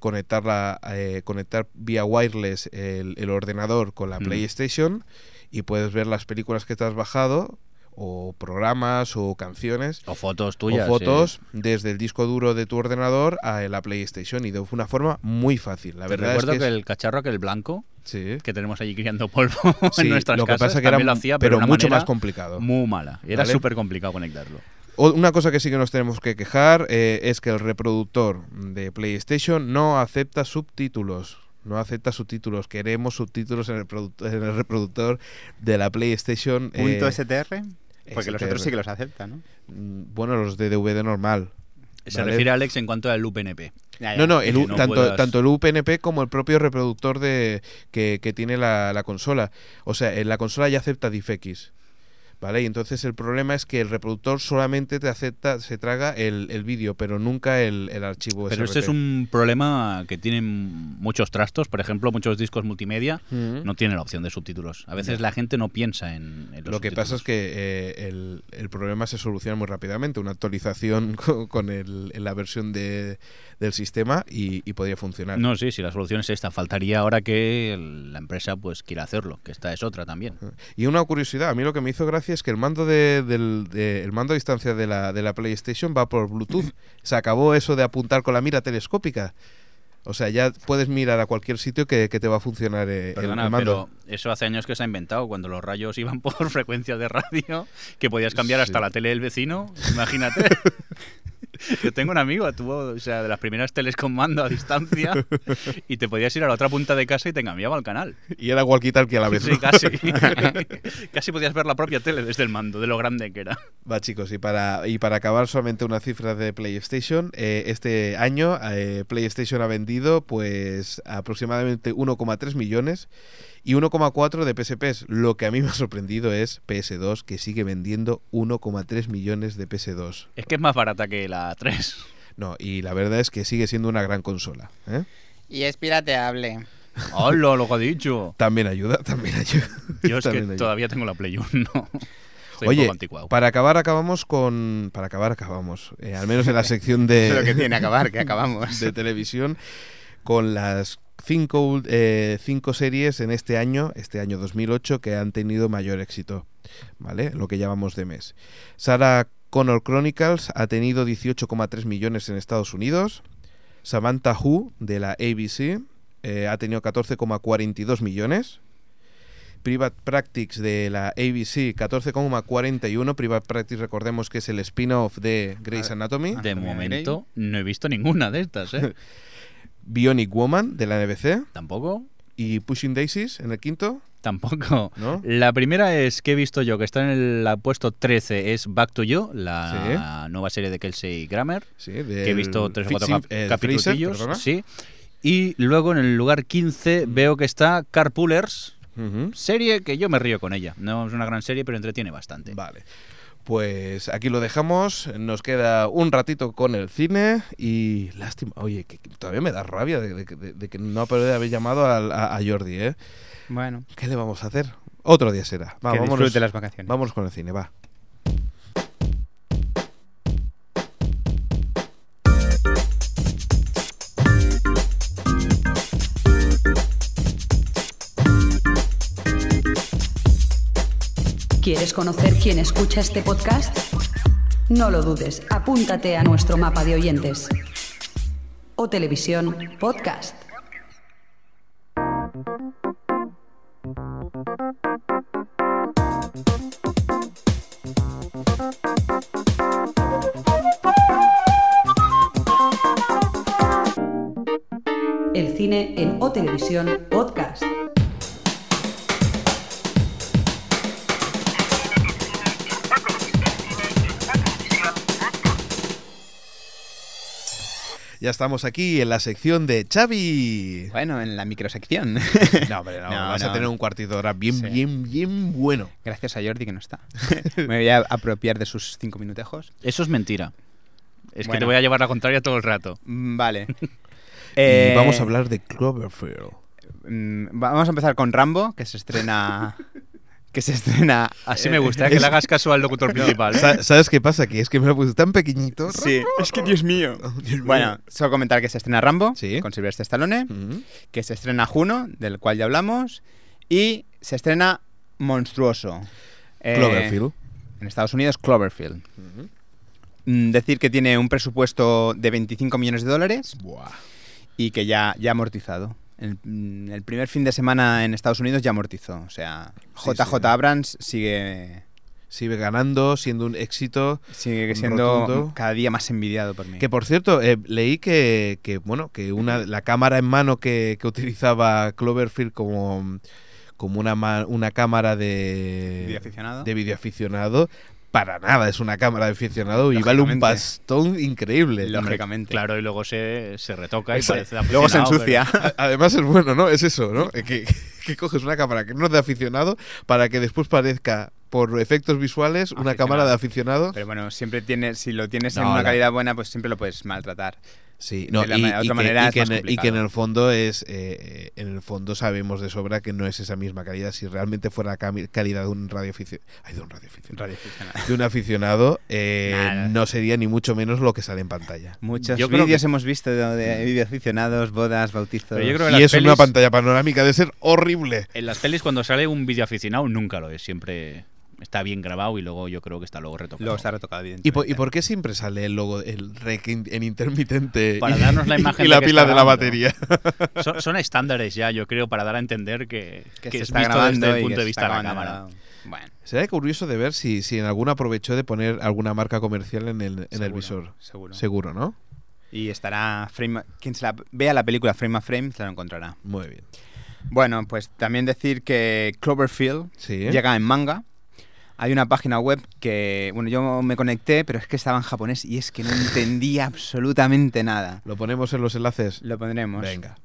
conectarla, eh, conectar vía wireless el, el ordenador con la
Mm.
PlayStation y puedes ver las películas que te has bajado o programas o canciones
O fotos tuyas.
o fotos eh.
sí.
desde el disco duro de tu ordenador a la PlayStation y de una forma muy fácil. La
Te
verdad es
recuerdo
que,
que
es-
el cacharro, aquel blanco,
sí.
que tenemos allí criando polvo en
Sí,
nuestras
lo que
casas,
pasa que era
también lo hacía, pero,
pero
de una
mucho
manera
más complicado.
Muy mala. Y era
¿Vale?
súper complicado conectarlo.
O- Una cosa que sí que nos tenemos que quejar eh, es que el reproductor de PlayStation no acepta subtítulos. No acepta subtítulos. Queremos subtítulos en el, produ- en el reproductor de la PlayStation. eh,
Punto STR, porque los
STR.
otros sí que los aceptan, ¿no?
mm, Bueno, los de DVD normal.
Se
¿vale?
refiere a Alex en cuanto al UPNP.
Ya, ya.
No, no, el
que
U-
no
tanto,
puedas-
tanto el UPnP como el propio reproductor de que, que tiene la, la consola. O sea, en la consola ya acepta DiffX. ¿Vale? Y entonces el problema es que el reproductor solamente te acepta, se traga el, el vídeo, pero nunca el, el archivo
Pero este
SRT.
es un problema que tienen muchos trastos, por ejemplo, muchos discos multimedia
Mm.
no tienen la opción de subtítulos. A veces la gente no piensa en, en los
Lo que pasa es
subtítulos.
que eh, el, el problema se soluciona muy rápidamente. Una actualización co- con el- la versión de- del sistema y, y podría funcionar.
No, sí, sí, la solución es esta. Faltaría ahora que el- la empresa pues quiera hacerlo, que esta es otra también.
Y una curiosidad, a mí lo que me hizo gracia es que el mando de, del- de- el mando a distancia de la, de la PlayStation va por Bluetooth. Se acabó eso de apuntar con la mira telescópica. O sea, ya puedes mirar a cualquier sitio que, que te va a funcionar eh, el-
Perdona,
el mando.
pero eso hace años que se ha inventado, cuando los rayos iban por frecuencias de radio, que podías cambiar hasta
Sí.
la tele del vecino, imagínate. Yo tengo un amigo, tuvo, o sea, de las primeras teles con mando a distancia, y te podías ir a la otra punta de casa y te cambiaba el canal.
Y era walkie que a la vez.
Sí,
¿no?
casi. casi podías ver la propia tele desde el mando, de lo grande que era.
Va chicos, y para, y para acabar solamente unas cifras de PlayStation, eh, este año eh, PlayStation ha vendido pues aproximadamente 1,3 millones y 1,4 de PSPs. Lo que a mí me ha sorprendido es PS2 que sigue vendiendo 1,3 millones de PS2.
Es que es más barata que la 3.
No, y la verdad es que sigue siendo una gran consola. ¿eh?
Y es pirateable.
¡Hola, lo que ha dicho!
También ayuda, también ayuda.
Yo es que
También ayuda.
todavía tengo la Play 1. Estoy un
Oye,
poco anticuado.
para acabar acabamos con... Para acabar acabamos, eh, al menos en la sección de...
Es lo que tiene acabar, que acabamos.
eh, de televisión con las cinco, ul- eh, cinco series en este año, este año 2008, que han tenido mayor éxito, ¿vale? Lo que llamamos de mes. Sarah Connor Chronicles ha tenido 18,3 millones en Estados Unidos. Samantha Who, de la ABC, eh, ha tenido 14,42 millones. Private Practice de la ABC, 14,41. Private Practice, recordemos que es el spin-off de Grey's
Ah,
Anatomy.
De
Anatomía de Grey.
momento no he visto ninguna de estas, ¿eh?
Bionic Woman, de la NBC.
Tampoco,
y Pushing Daisies en el quinto,
tampoco.
¿no?
La primera es que he visto yo, que está en el la puesto 13, es Back to You, la nueva serie de Kelsey Grammer,
Sí,
que he visto tres o cuatro
eh,
cap-
capítulos.
capitulillos, sí. Y luego en el lugar 15 veo que está Carpoolers, serie que yo me río con ella. No es una gran serie, pero entretiene bastante.
Vale. Pues aquí lo dejamos, nos queda un ratito con el cine y lástima, oye, que que todavía me da rabia de, de- de- de que no de haber llamado al- a, a Jordi, ¿eh?
Bueno,
¿Qué le vamos a hacer? Otro día será. Va,
que
vámonos,
disfrute las vacaciones.
vámonos con el cine, va.
¿Quieres conocer quién escucha este podcast? No lo dudes, apúntate a nuestro mapa de oyentes. O Televisión Podcast. El cine en O Televisión Podcast.
Ya estamos aquí en la sección de Xavi.
Bueno, en la microsección.
No, hombre, no,
No,
vas a
no.
tener un cuartito de hora bien,
Sí.
bien, bien bueno.
Gracias a Jordi que no está. Me voy a apropiar de sus cinco minutejos.
Eso es mentira. Es que
Bueno.
te voy a llevar la contraria todo el rato.
Mm, Vale.
Y
Eh,
vamos a hablar de Cloverfield.
mm, va- Vamos a empezar con Rambo, que se estrena. que se estrena.
Así me gusta, ¿eh? que le hagas caso al locutor principal. ¿eh?
Sa- ¿Sabes qué pasa? Que es que me lo puse tan pequeñito.
Sí, es que Oh, Dios mío. Bueno, solo comentar que se estrena Rambo
Sí.
con Sylvester Stallone,
Mm.
que se estrena Juno, del cual ya hablamos, y se estrena Monstruoso. Eh,
Cloverfield.
En Estados Unidos, Cloverfield. Mm, Decir que tiene un presupuesto de 25 millones de dólares
Buah.
y que ya, ya ha amortizado. El, mm, el primer fin de semana en Estados Unidos ya amortizó. O sea,
Sí,
JJ
sí.
Abrams sigue,
Sigue ganando, siendo un éxito.
sigue siendo
Rotundo.
cada día más envidiado por mí.
Que por cierto, eh, leí que, que, bueno, que una la cámara en mano que, que utilizaba Cloverfield como, como una, ma- una cámara de
Videoaficionado.
de videoaficionado, para nada es una cámara de aficionado y vale un
Lógicamente.
bastón increíble.
Lógicamente.
Claro, y luego se, se retoca y
Ese-
parece
Luego se
aficionado,
ensucia.
A- Además es bueno, ¿no? Es eso, ¿no? Eh, Que, que coges una cámara que no es de aficionado para que después parezca, por efectos visuales, una
Aficionado.
cámara de aficionado.
Pero bueno, siempre tienes, si lo tienes en
No,
una
la-
calidad buena, pues siempre lo puedes maltratar.
Sí, no,
de la
y,
ma-
y
otra
que,
manera
y
es
que
más
en, el- y que en
complicado.
el fondo es, eh, eh, en el fondo sabemos de sobra que no es esa misma calidad. Si realmente fuera cami- calidad de un radioaficionado, ay, de un radioaficionado, de un aficionado, eh,
Nada.
no sería ni mucho menos lo que sale en pantalla.
Muchos
Yo creo
vídeos hemos visto de, de vídeos aficionados, bodas, bautizos.
Pero yo creo que
Y
las
eso en una
pelis-
pantalla panorámica ha de ser horrible.
En las pelis cuando sale un video aficionado nunca lo es, siempre Está bien grabado y luego yo creo que está luego retocado.
Luego está retocado,
¿Y
evidentemente.
por, y por qué siempre sale el logo el rec in- en intermitente
Para
y,
darnos la imagen
y
de
la
que
pila
está
de la
grabando.
batería?
Son, son estándares ya, yo creo, para dar a entender que,
que, se
que es
está
visto
grabando
desde el
y
punto
que
de
se
vista
está
de la
grabando.
cámara.
Bueno,
Sería curioso de ver si, si en alguna aprovechó de poner alguna marca comercial en el, en el
seguro,
visor.
Seguro.
Seguro, ¿no?
Y estará frame. a- Quien se la vea la película frame a frame se la encontrará.
Muy bien.
Bueno, pues también decir que Cloverfield
Sí. ¿eh?
llega en manga. Hay una página web que, bueno, yo me conecté, pero es que estaba en japonés y es que no entendía absolutamente nada.
Lo ponemos en los enlaces.
Lo pondremos.
Venga.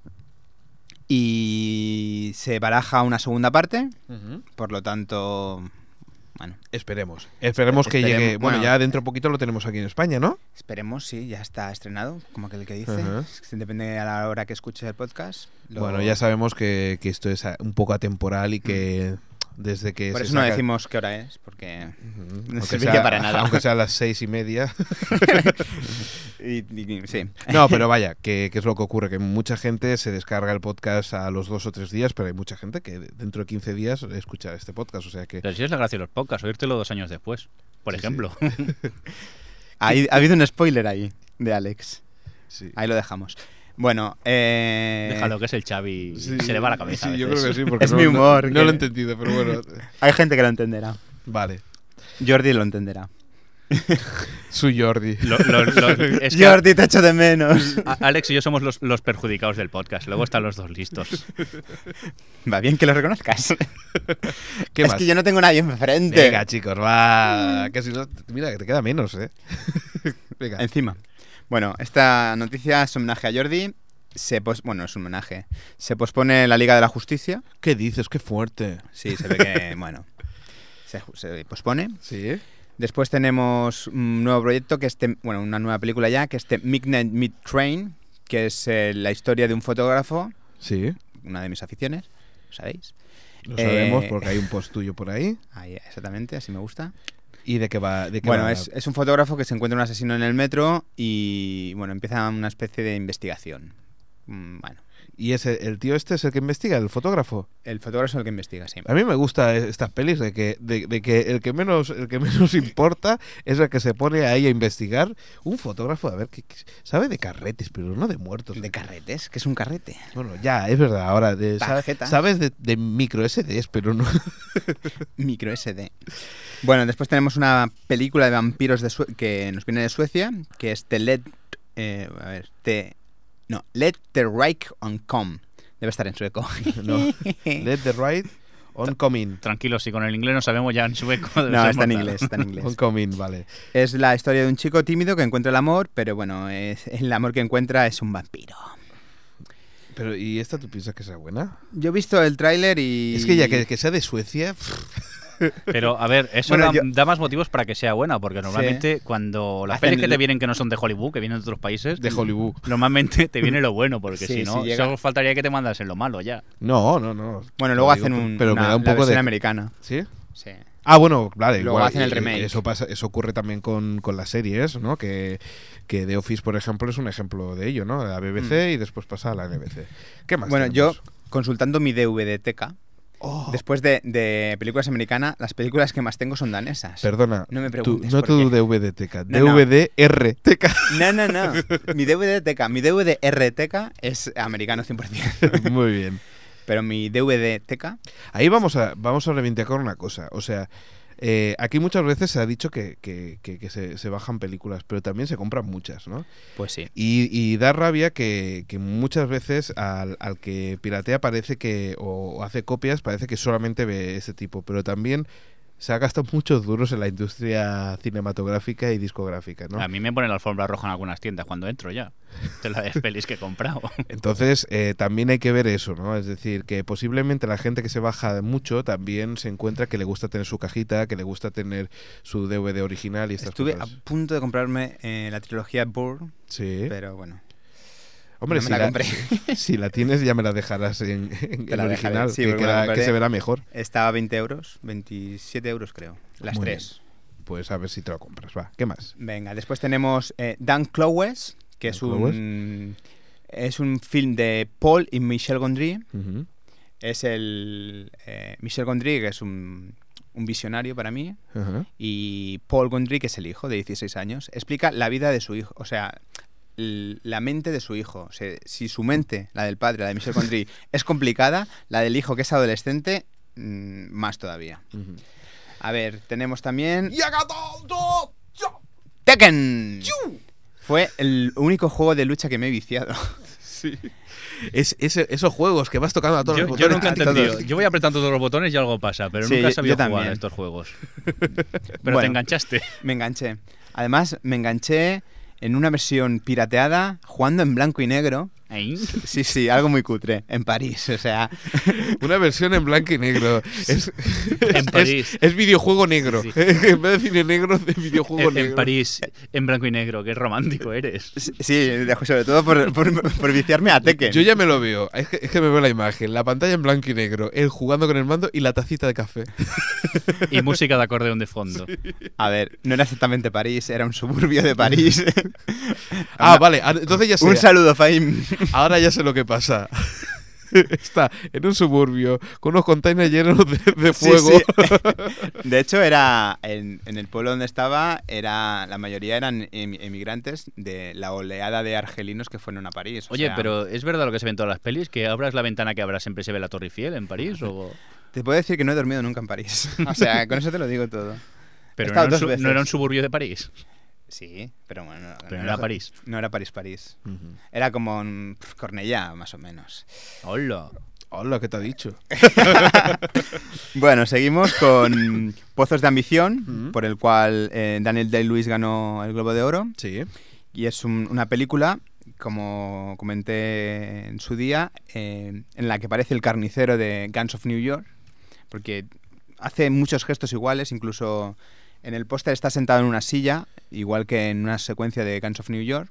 Y se baraja una segunda parte,
Ujú.
por lo tanto, bueno,
Esperemos. Esperemos que
Esperemos.
llegue. Bueno,
Bueno.
ya dentro poquito lo tenemos aquí en España, ¿no?
esperemos, sí, ya está estrenado, como aquel que dice.
Ajá.
Es que Depende a la hora que escuches el podcast. lo-
Bueno, ya sabemos que, que esto es a- un poco atemporal y que desde que.
Mm. Por
se
eso no
saca-
decimos qué hora es, porque
Ujú.
no
Aunque
serviría
sea-
para nada.
Aunque sea a las seis y media.
Y- y- y- sí.
No, pero vaya, que, que es lo que ocurre, que mucha gente se descarga el podcast a los dos o tres días, pero hay mucha gente que dentro de 15 días escucha este podcast, o sea que...
Pero si es la gracia de los podcasts, oírtelo dos años después, por
Sí, sí.
ejemplo.
Ahí- ha habido un spoiler ahí de Alex.
Sí.
Ahí lo dejamos. Bueno, eh,
Déjalo que es el Xavi,
Sí,
se le va la cabeza. a
Sí, yo
veces.
creo que sí, porque
Es
no,
mi
no-
humor,
No,
que-
lo he entendido, pero bueno.
hay gente que lo entenderá.
Vale.
Jordi lo entenderá.
Su Jordi.
Lo- lo- lo- es que
Jordi, te echo de menos.
a- Alex y yo somos los, los perjudicados del podcast, luego están los dos listos.
Va bien que lo reconozcas.
¿Qué
es
más?
que yo no tengo a nadie enfrente.
Venga, chicos, va. Que si no, mira, que te queda menos, ¿eh? Venga.
Encima. Bueno, esta noticia es homenaje a Jordi. Se pos- bueno, es un homenaje. Se pospone la Liga de la Justicia.
¿Qué dices? Qué fuerte.
Sí, se ve que, bueno, se, ju- se pospone.
Sí.
Después tenemos un nuevo proyecto que este, bueno, una nueva película ya, que es The Midnight Mid Train, que es eh, la historia de un fotógrafo,
Sí.
una de mis aficiones, ¿sabéis?
Lo
Eh,
sabemos porque hay un post tuyo por ahí.
Ahí, exactamente, así me gusta.
¿Y de qué va? De qué
Bueno,
va
es, es un fotógrafo que se encuentra un asesino en el metro y, bueno, empieza una especie de investigación. Mm, Bueno,
Y es el, el tío este es el que investiga, el fotógrafo.
el fotógrafo es el que investiga, sí.
A mí me gusta e- estas pelis de que, de, de que el que menos el que menos importa es el que se pone ahí a investigar un fotógrafo a ver que que sabe de carretes, pero no de muertos.
De carretes, que es un carrete.
Bueno, ya, es verdad, ahora de, sa-
Tarjetas.
sabes de, de micro SDs, pero no.
Micro SD. Bueno, después tenemos una película de vampiros de Sue- que nos viene de Suecia, que es The Let... eh, a ver, The- no, Let the Reich on Come. Debe estar en sueco.
No. Let the right on coming.
Tranquilos, si con el inglés no sabemos ya en sueco. debe
No,
ser
está en
mortal.
inglés, está en inglés.
On coming, vale.
Es la historia de un chico tímido que encuentra el amor, pero bueno, es- el amor que encuentra es un vampiro.
Pero ¿y esta tú piensas que sea buena?
Yo he visto el tráiler y...
Es que ya que, que sea de Suecia, pff,
Pero a ver, eso
Bueno,
da,
yo-
da más motivos para que sea buena, porque normalmente cuando las
Hacen
pelis que te
lo-
vienen que no son de Hollywood, que vienen de otros países,
de Hollywood.
normalmente te viene lo bueno, porque
Sí,
si no,
si llega-
solo faltaría que te mandasen lo malo ya.
No, no, no.
Bueno, luego
Lo
hacen
digo,
un,
pero
una,
me da un
la
poco
versión
de
americana.
¿Sí?
Sí.
Ah, bueno, vale.
Luego
igual,
hacen el
eh,
remake.
Eso, pasa, eso ocurre también con, con las series, ¿no? Que, que The Office, por ejemplo, es un ejemplo de ello, ¿no? La BBC y después pasa a la NBC. ¿Qué más?
Mm. Bueno, yo,
tenemos?
consultando mi DVD-teca,
Oh,
Después de, de películas americanas, las películas que más tengo son danesas.
perdona.
no me
tú-
preguntes
no
por
tu
qué.
DVD teca,
No, no.
DVD RTK.
No, no, no. Mi DVD teca, mi DVD RTK es americano 100%.
Muy bien.
Pero mi DVD teca,
Ahí vamos a, vamos a reivindicar una cosa. O sea, eh, aquí muchas veces se ha dicho que, que- que- que se, se bajan películas, pero también se compran muchas, ¿no?
pues sí.
Y, y da rabia que, que muchas veces al, al que piratea parece que, o, o hace copias, parece que solamente ve ese tipo, pero también se ha gastado muchos duros en la industria cinematográfica y discográfica, ¿no?
A mí me ponen la alfombra roja en algunas tiendas cuando entro ya, de las pelis que he comprado.
Entonces, eh, también hay que ver eso, ¿no? Es decir, que posiblemente la gente que se baja mucho también se encuentra que le gusta tener su cajita, que le gusta tener su DVD original y estas
Estuve a
cosas.
punto de comprarme eh, la trilogía Burr,
Sí.
pero bueno.
Hombre,
no me
si,
la
la
compré.
si la tienes ya me la dejarás en, en
Te la
el
dejaré,
original,
sí,
que,
porque me la
queda- que
compraré.
se verá mejor.
Estaba a 20 euros, 27 euros creo. Las
Muy
tres.
Pues a ver si te lo compras, va. ¿Qué más?
Venga, después tenemos eh, Dan Clowes, que
Dan
es un, es un film de Paul y Michel Gondry.
Ujú.
es el eh, Michel Gondry, que es un, un visionario para mí, y Paul Gondry, que es el hijo de 16 años, explica la vida de su hijo, o sea, l- la mente de su hijo. O sea, si su mente, la del padre, la de Michel Gondry, es complicada, la del hijo que es adolescente, mm, más todavía. A ver, tenemos también... ¡Tekken! Fue el único juego de lucha que me he viciado.
Es, es- esos juegos que vas tocando a todos los
Yo, yo
botones.
nunca he
tic,
entendido.
tic, tic.
Yo voy apretando todos los botones y algo pasa, pero
Sí,
nunca he
yo-
sabido
yo
jugar a
también.
estos juegos. Pero
Bueno.
te enganchaste.
Me enganché. Además, me enganché en una versión pirateada, jugando en blanco y negro.
Ahí.
Sí, sí, algo muy cutre, en París, o sea...
Una versión en blanco y negro. Es, es-
París.
Es, videojuego negro.
Sí.
en vez de cine negro, de videojuego
En, en
negro.
París, en blanco y negro, qué romántico eres.
Sí, sobre todo por, por- por viciarme a Tekken.
Yo ya me lo veo. Es que, es que me veo la imagen. La pantalla en blanco y negro. Él jugando con el mando y la tacita de café.
Y música de acordeón de fondo.
A ver, no era exactamente París, era un suburbio de París.
Ah,
Una-
vale. ah, Entonces ya sé.
Un saludo, Faim.
Ahora ya sé lo que pasa. Está en un suburbio con unos containers llenos de, de
Sí,
fuego.
sí. De hecho, era en, en el pueblo donde estaba, era la mayoría eran em- emigrantes de la oleada de argelinos que fueron a París. o
Oye,
sea,
pero ¿es verdad lo que se ve en todas las pelis? ¿Que abras la ventana que abras siempre se ve la Torre Fiel en París? O...
Te puedo decir que no he dormido nunca en París. O sea, con eso te lo digo todo.
Pero no
estado
era, un
dos
su-
veces.
no era un suburbio de París.
Sí, pero bueno. no-
Pero no
no
era París.
No era París, París.
Ujú.
Era como un pff, Cornellá, más o menos.
Hola.
Hola, ¿qué te ha dicho?
Eh. Bueno, seguimos con Pozos de Ambición,
Mm.
por el cual eh, Daniel Day-Lewis ganó el Globo de Oro.
Sí. ¿eh?
Y es un- una película, como comenté en su día, eh, en la que aparece el carnicero de Guns of New York, porque hace muchos gestos iguales, incluso en el póster está sentado en una silla, igual que en una secuencia de Guns of New York.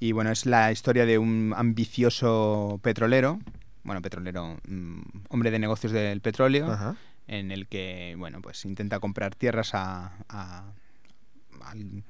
Y bueno, es la historia de un ambicioso petrolero, bueno, petrolero, mm, hombre de negocios del petróleo,
Ajá.
en el que bueno pues intenta comprar tierras a, a- al-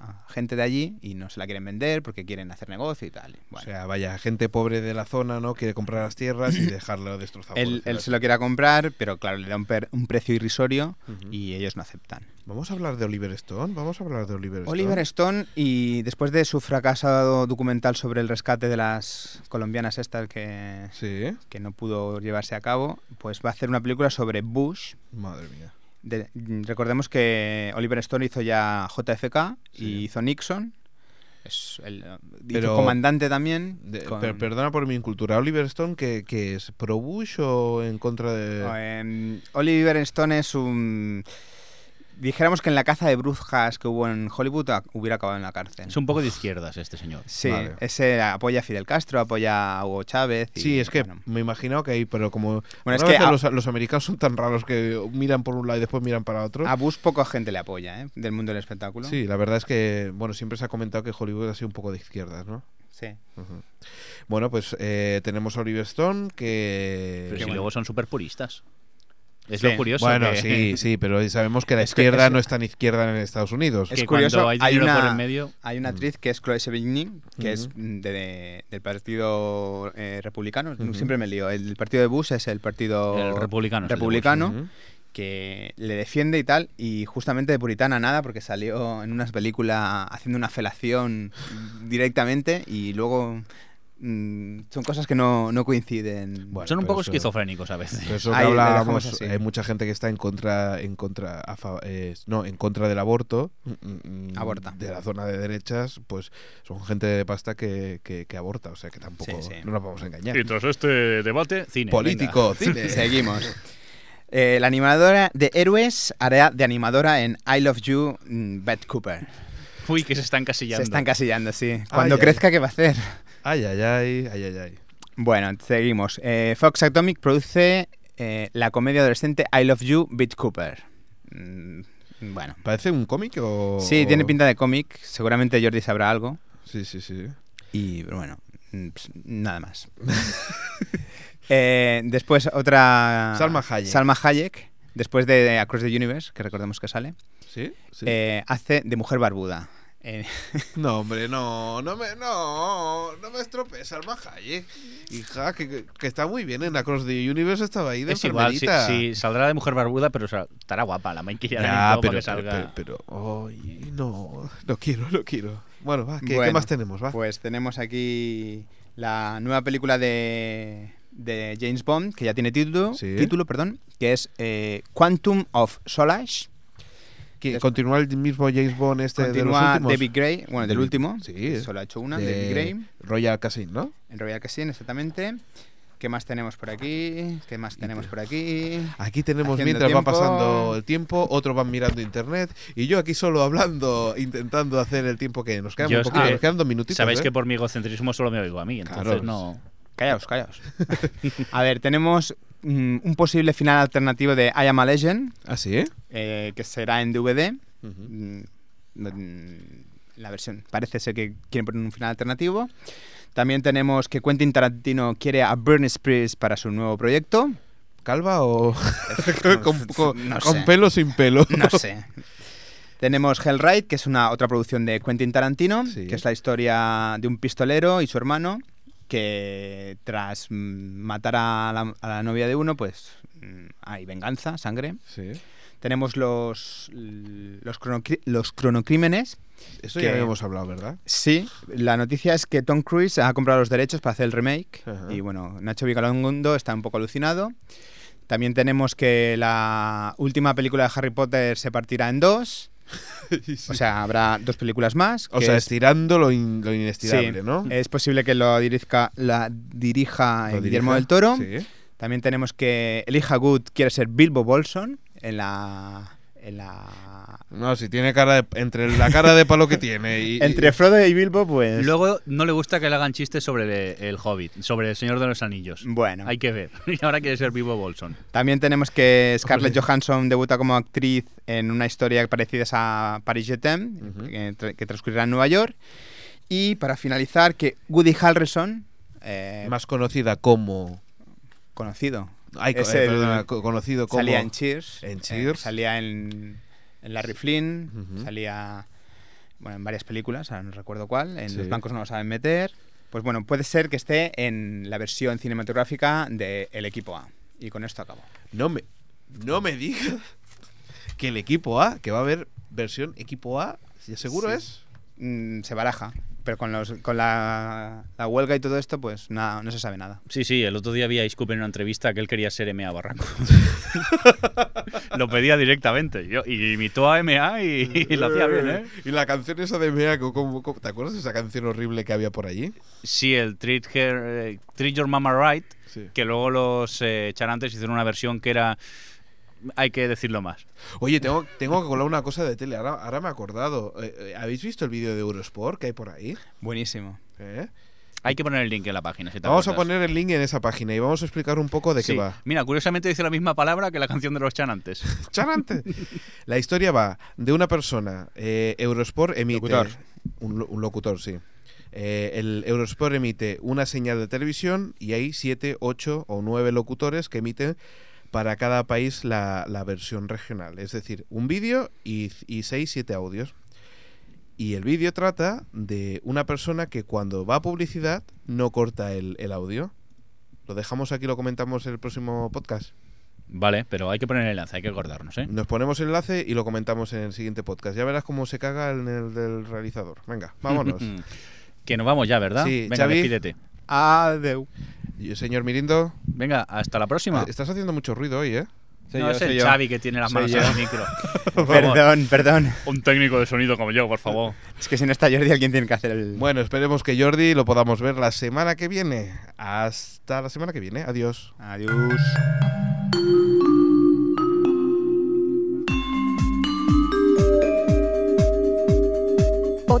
a gente de allí y no se la quieren vender porque quieren hacer negocio y tal. Bueno,
O sea, vaya, gente pobre de la zona, ¿no? Quiere comprar las tierras y dejarlo destrozado. por
él,
la
él
ciudad.
se lo quiera comprar, pero claro, le da un, per- un precio irrisorio
Ujú.
y ellos no aceptan.
Vamos a hablar de Oliver Stone. Vamos a hablar de Oliver Stone.
Oliver Stone y después de su fracasado documental sobre el rescate de las colombianas estas que,
Sí.
que no pudo llevarse a cabo, pues va a hacer una película sobre Bush,
Madre mía.
De- mm, recordemos que Oliver Stone hizo ya JFK
Sí.
y hizo Nixon. Es el, eh,
Pero-
hizo comandante también.
De-
con-
per- perdona por mi incultura. ¿Oliver Stone que, es? ¿Pro Bush o en contra de.?
No, em, Oliver Stone es un. Dijéramos que en la caza de brujas que hubo en Hollywood a- hubiera acabado en la cárcel.
Es un poco de izquierdas este señor.
Sí,
Vale.
ese apoya a Fidel Castro, apoya a Hugo Chávez. y,
Sí, es que
bueno.
me imagino que ahí, pero como
Bueno, es
algunas
que
veces
a-
los, los americanos son tan raros que miran por un lado y después miran para otro.
A Bush poca gente le apoya, ¿eh? Del mundo del espectáculo.
Sí, la verdad es que, bueno, siempre se ha comentado que Hollywood ha sido un poco de izquierdas, ¿no?
Sí.
Ujú. Bueno, pues eh, tenemos a Oliver Stone, que...
Pero si
que bueno.
luego son súper puristas. Es
Sí.
lo curioso.
Bueno,
que,
sí, sí, pero sabemos que la
Es que-
izquierda
es-
no es tan izquierda en Estados Unidos.
que
Es curioso,
cuando hay
hay
dinero por
una-
en medio. mm.
Hay una actriz que es Chloe Sevigny, que es
Ujú.
mm, de, de- del partido eh, republicano.
Ujú.
Siempre me lío. El partido de Bush es el partido
El republicano es el de Bush.
republicano,
Ujú.
que le defiende y tal. Y justamente de puritana nada, porque salió en unas películas haciendo una felación directamente y luego mm, son cosas que no, no coinciden.
Bueno,
son un
pero
poco
eso-
esquizofrénicos a veces.
Pero eso que
Ahí le dejamos
hablábamos,
así.
hay mucha gente que está en contra, en contra, a fa- eh, no, en contra del aborto. mm, mm,
Aborta.
De la zona de derechas, pues son gente de pasta que, que- que aborta, o sea que tampoco
Sí, sí.
no nos vamos a engañar.
tras este debate, cine.
Político, cine.
Seguimos. Eh, la animadora de Héroes hará de animadora en I Love You, mm, Beth Cooper.
venga. Uy, que se están casillando.
Se está encasillando, sí. Cuando
ay,
crezca, ¿qué va a hacer?
Ay, ay, ay, ay, ay, ay.
Bueno, seguimos. Eh, Fox Atomic produce eh, la comedia adolescente I Love You, Beat Cooper. Mm, bueno.
¿Parece un cómic o...?
Sí, tiene
o-
pinta de cómic. Seguramente Jordi sabrá algo.
Sí, sí, sí.
Y pero bueno, mm, pues, nada más. Eh, después otra...
Salma Hayek.
Salma Hayek, después de Across the Universe, que recordemos que sale,
¿Sí? Sí.
eh, hace de Mujer Barbuda En-
No, hombre, no, no me, no, no me estropees, Alma Hayek. Hija, que, que está muy bien en Across the Universe, estaba ahí de
es igual, si,
enfermerita.
si saldrá de mujer barbuda, pero sa- estará guapa la maquilla
Ya, pero,
para que
pero,
salga.
pero, pero- ay, no, no quiero, no quiero. Bueno, va, Ah, ¿qué- ¿qué,
Bueno,
más tenemos? Va?
Pues tenemos aquí la nueva película de, de James Bond, que ya tiene título,
Sí.
título perdón, que es eh, Quantum of Solace.
¿Qui-
es-
¿Continúa el mismo James Bond este de los
Continúa
últimos?
David Gray, bueno, del
David-
último,
sí.
que solo ha hecho una,
de
David Gray,
Royal Casino, ¿no?
en Royal Casino, exactamente. ¿Qué más tenemos por aquí? ¿Qué más tenemos por aquí?
Aquí tenemos,
Haciendo
mientras va
tiempo.
pasando el tiempo, otros van mirando internet y yo aquí solo hablando, intentando hacer el tiempo que nos queda.
Yo
un
es
poquito,
que-
nos quedan dos minutitos.
Sabéis
¿eh?
que por mi egocentrismo solo me oigo a mí, entonces
Claro.
no.
Callaos, callaos. A ver, tenemos mm, un posible final alternativo de I Am a Legend,
¿Ah, sí? eh?
eh, que será en DVD.
Ujú.
Mm, no- mm, la versión. Parece ser que quieren poner un final alternativo. También tenemos que Quentin Tarantino quiere a Britney Spears para su nuevo proyecto.
¿Calva o con, con-
Eh, No
con
sé.
pelo o sin pelo?
No sé. tenemos Hellride, que es una otra producción de Quentin Tarantino,
Sí.
que es la historia de un pistolero y su hermano que tras mm, matar a la, a la novia de uno, pues mm, hay venganza, sangre.
Sí.
Tenemos los los, cronocri- los cronocrímenes,
Eso
Que-
ya habíamos hablado, ¿verdad?
Sí, la noticia es que Tom Cruise ha comprado los derechos para hacer el remake.
Ajá.
Y bueno, Nacho Vigalondo está un poco alucinado. También tenemos que la última película de Harry Potter se partirá en dos. O sea, habrá dos películas más.
O
que
sea,
es,
estirando lo, in- lo
sí,
inestirable, ¿no?
es posible que lo dirija, la dirija
Lo
eh, Guillermo
dirige.
del Toro.
Sí.
También tenemos que Elijah Good quiere ser Bilbo Bolson en la... En la...
No, si tiene cara de- entre la cara de palo que tiene y
Entre Frodo y Bilbo, pues...
Luego no le gusta que le hagan chistes sobre el, el Hobbit, sobre el Señor de los Anillos.
Bueno.
Hay que ver. Y ahora quiere ser vivo Bolson.
También tenemos que Scarlett Johansson debuta como actriz en una historia parecida a Paris Jetem,
Ujú.
que transcurrirá en Nueva York. Y para finalizar, que Woody Harrelson, eh,
y- más conocida como
conocido,
Ay, co-
Es
eh,
el-
perdona, co- conocido como
salía en Cheers,
en
eh,
Cheers.
salía en, en Larry Flynn,
Ujú.
salía bueno, en varias películas, ahora no recuerdo cuál, en
Sí.
Los Bancos No lo saben meter. Pues bueno, puede ser que esté en la versión cinematográfica del equipo A. Y con esto acabo.
No me no me digas que el equipo A, que va a haber versión equipo A, ¿sí- seguro
Sí.
es.
Mm, se baraja. Pero con, los, con la, la huelga y todo esto, pues nada, no se sabe nada.
Sí, sí, el otro día vi a Ice Cube en una entrevista que él quería ser MA Barranco. lo pedía directamente. Yo, y imitó a MA y, y lo hacía bien, ¿eh?
Y la canción esa de Mea, co- como- como- ¿te acuerdas de esa canción horrible que había por allí?
Sí, el Treat, Her- eh, Treat Your Mama Right,
Sí.
que luego los eh, charantes hicieron una versión que era. Hay que decirlo más.
Oye, tengo, tengo que colar una cosa de tele. Ahora, ahora me he acordado. Eh, eh, ¿Habéis visto el vídeo de Eurosport que hay por ahí?
Buenísimo.
¿Eh?
Hay que poner el link en la página. Si te
Vamos a
acuerdas.
poner el link en esa página y vamos a explicar un poco de
Sí.
qué va.
Mira, curiosamente dice la misma palabra que la canción de los chanantes.
Charante. La historia va de una persona. eh, Eurosport emite.
Locutor.
Un, lo- un locutor, sí. Eh, el Eurosport emite una señal de televisión y hay siete, ocho o nueve locutores que emiten para cada país la, la versión regional. Es decir, un vídeo y, y seis, siete audios. Y el vídeo trata de una persona que cuando va a publicidad no corta el, el audio. Lo dejamos aquí, lo comentamos en el próximo podcast.
Vale, pero hay que poner el enlace, hay que acordarnos, ¿eh?
Nos ponemos el enlace y lo comentamos en el siguiente podcast. Ya verás cómo se caga en el del realizador. Venga, vámonos.
que nos vamos ya, ¿verdad?
Sí,
Venga,
Xavi.
despídete.
Adeu.
Y, eh, Señor Mirindo,
Venga, hasta la próxima.
estás haciendo mucho ruido hoy, ¿eh?
Soy
no
yo,
es
soy
el
yo.
Xavi que tiene las
Soy
manos
yo.
en el micro. Por favor.
Perdón, perdón.
Un técnico de sonido como yo, por favor.
Es que si no está Jordi, alguien tiene que hacer el.
Bueno, esperemos que Jordi lo podamos ver la semana que viene. Hasta la semana que viene. Adiós.
Adiós.
O